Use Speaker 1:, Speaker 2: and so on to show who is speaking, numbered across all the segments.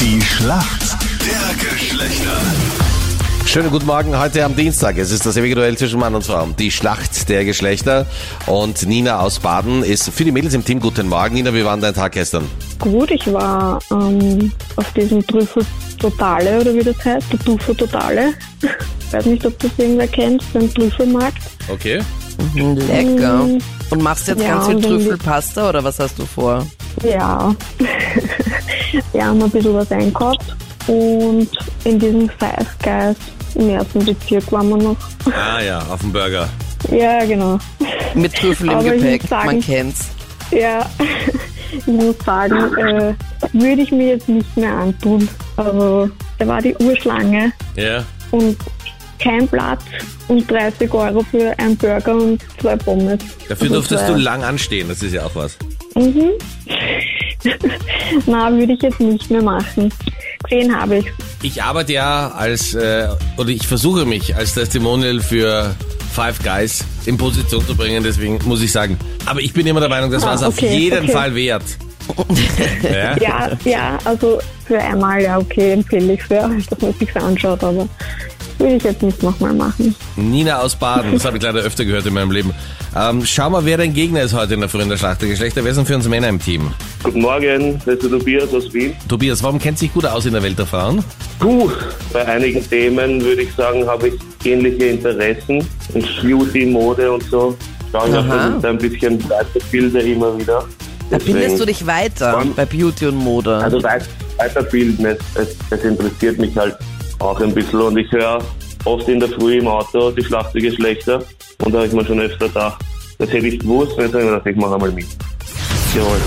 Speaker 1: Die Schlacht der Geschlechter.
Speaker 2: Schönen guten Morgen heute am Dienstag. Es ist das ewige Duell zwischen Mann und Frau. Die Schlacht der Geschlechter. Und Nina aus Baden ist für die Mädels im Team. Guten Morgen, Nina. Wie war denn dein Tag gestern?
Speaker 3: gut. Ich war ähm, auf diesem Trüffel Totale oder wie das heißt, der Trüffel Totale. Weiß nicht, ob das irgendwer kennt, den Trüffelmarkt.
Speaker 2: Okay.
Speaker 4: Lecker.
Speaker 3: Mhm.
Speaker 4: Und machst jetzt
Speaker 3: Ja,
Speaker 4: ganz viel
Speaker 3: und wenn die-
Speaker 4: Trüffelpasta oder was hast du vor?
Speaker 3: Ja. Wir haben ein bisschen was einkauft und in diesem Five Guys im ersten Bezirk waren wir noch.
Speaker 2: Ah ja, auf dem Burger.
Speaker 3: Ja, genau.
Speaker 4: Mit Trüffel im
Speaker 3: Aber ich muss
Speaker 4: Gepäck,
Speaker 3: sagen-
Speaker 4: man kennt's.
Speaker 3: Ja, ich muss sagen, äh, würde ich mir jetzt nicht mehr antun. Also, da war die Urschlange.
Speaker 2: Ja.
Speaker 3: und kein Platz und 30 Euro für einen Burger und zwei Pommes.
Speaker 2: Dafür
Speaker 3: Also
Speaker 2: durftest
Speaker 3: zwei.
Speaker 2: du lang anstehen. Das ist ja auch was.
Speaker 3: Mhm. Na, würde ich jetzt nicht mehr machen. Gesehen habe ich.
Speaker 2: Ich arbeite ja als, äh, oder ich versuche mich als Testimonial für Five Guys in Position zu bringen. Deswegen muss ich sagen. Aber ich bin immer der Meinung, das war es
Speaker 3: Ah,
Speaker 2: auf
Speaker 3: okay,
Speaker 2: jeden
Speaker 3: okay.
Speaker 2: Fall wert. ja.
Speaker 3: Ja, ja, also für einmal, ja, okay, empfehle ich es, ja, dass man sich anschaut, aber würde ich jetzt nicht nochmal machen.
Speaker 2: Nina aus Baden, das habe ich leider öfter gehört in meinem Leben. Ähm, schau mal, wer dein Gegner ist heute in der frühen der Schlacht der Geschlechter. Wer sind für uns Männer im Team?
Speaker 5: Guten Morgen, das ist der Tobias aus Wien.
Speaker 2: Tobias, warum kennt sich gut aus in der Welt der Frauen?
Speaker 5: Puh, bei einigen Themen würde ich sagen, habe ich ähnliche Interessen. In Beauty, Mode und so. Schauen wir,
Speaker 4: Aha.
Speaker 5: dass ich da ein bisschen weiterbilde immer wieder.
Speaker 4: Da bildest du dich weiter
Speaker 5: Wann-
Speaker 4: bei Beauty und Mode.
Speaker 5: Also weit, weiterbilden, es, es, es interessiert mich halt auch ein bisschen. Und ich höre oft in der Früh im Auto die Schlacht der Geschlechter. Und da habe ich mir schon öfter gedacht, das hätte ich gewusst. Und jetzt habe ich mir gedacht, ich mache einmal mit. Jawohl.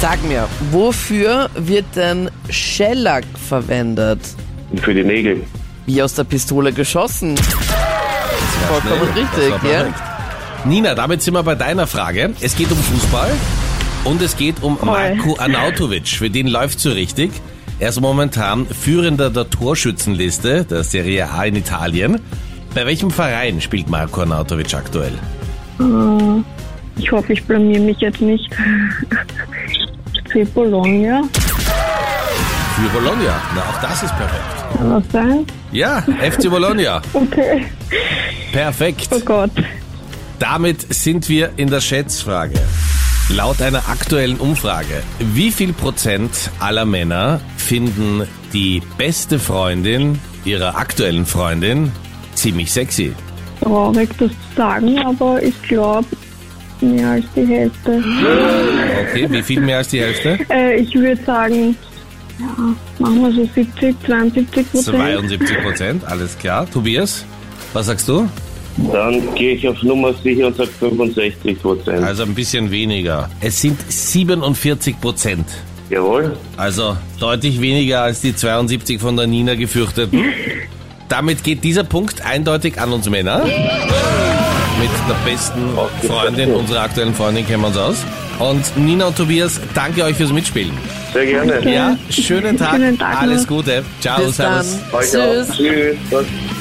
Speaker 4: Sag mir, wofür wird denn Shellac verwendet?
Speaker 5: Und für die Nägel.
Speaker 4: Wie aus der Pistole geschossen. Vollkommen
Speaker 2: schnell. Das war
Speaker 4: richtig, ja?
Speaker 2: perfekt. Nina, damit sind wir bei deiner Frage. Es geht um Fußball und es geht um Marko Arnautovic. Für den läuft so richtig. Er ist momentan führender der Torschützenliste der Serie A in Italien. Bei welchem Verein spielt Marko Arnautovic aktuell?
Speaker 3: Äh, ich hoffe, ich blamier mich jetzt nicht. Für Bologna,
Speaker 2: Für Bologna. Na, auch das ist perfekt.
Speaker 3: kann das sein?
Speaker 2: Ja, FC Bologna.
Speaker 3: Okay,
Speaker 2: Perfekt.
Speaker 3: oh Gott.
Speaker 2: Damit sind wir in der Schätzfrage. Laut einer aktuellen Umfrage, wie viel Prozent aller Männer finden die beste Freundin ihrer aktuellen Freundin ziemlich sexy?
Speaker 3: traurig, das zu sagen, aber ich glaube mehr als die Hälfte.
Speaker 2: Okay, wie viel mehr als die Hälfte?
Speaker 3: Äh, ich würde sagen, ja, machen wir so 70, 72 Prozent.
Speaker 2: 72 Prozent, alles klar. Tobias, was sagst du?
Speaker 5: Dann gehe ich auf Nummer sicher und sage 65 Prozent.
Speaker 2: Also ein bisschen weniger. Es sind 47 Prozent.
Speaker 5: Jawohl.
Speaker 2: Also deutlich weniger als die 72 von der Nina gefürchteten. Damit geht dieser Punkt eindeutig an uns Männer. Mit der besten Freundin, unserer aktuellen Freundin kennen wir uns aus. Und Nina und Tobias, danke euch fürs Mitspielen.
Speaker 5: Sehr gerne.
Speaker 2: Ja, schönen Tag,
Speaker 3: Schönen Tag noch.
Speaker 2: alles Gute. Ciao,
Speaker 4: Bis dann.
Speaker 2: servus.
Speaker 5: Euch
Speaker 4: Tschüss.
Speaker 5: auch. Tschüss.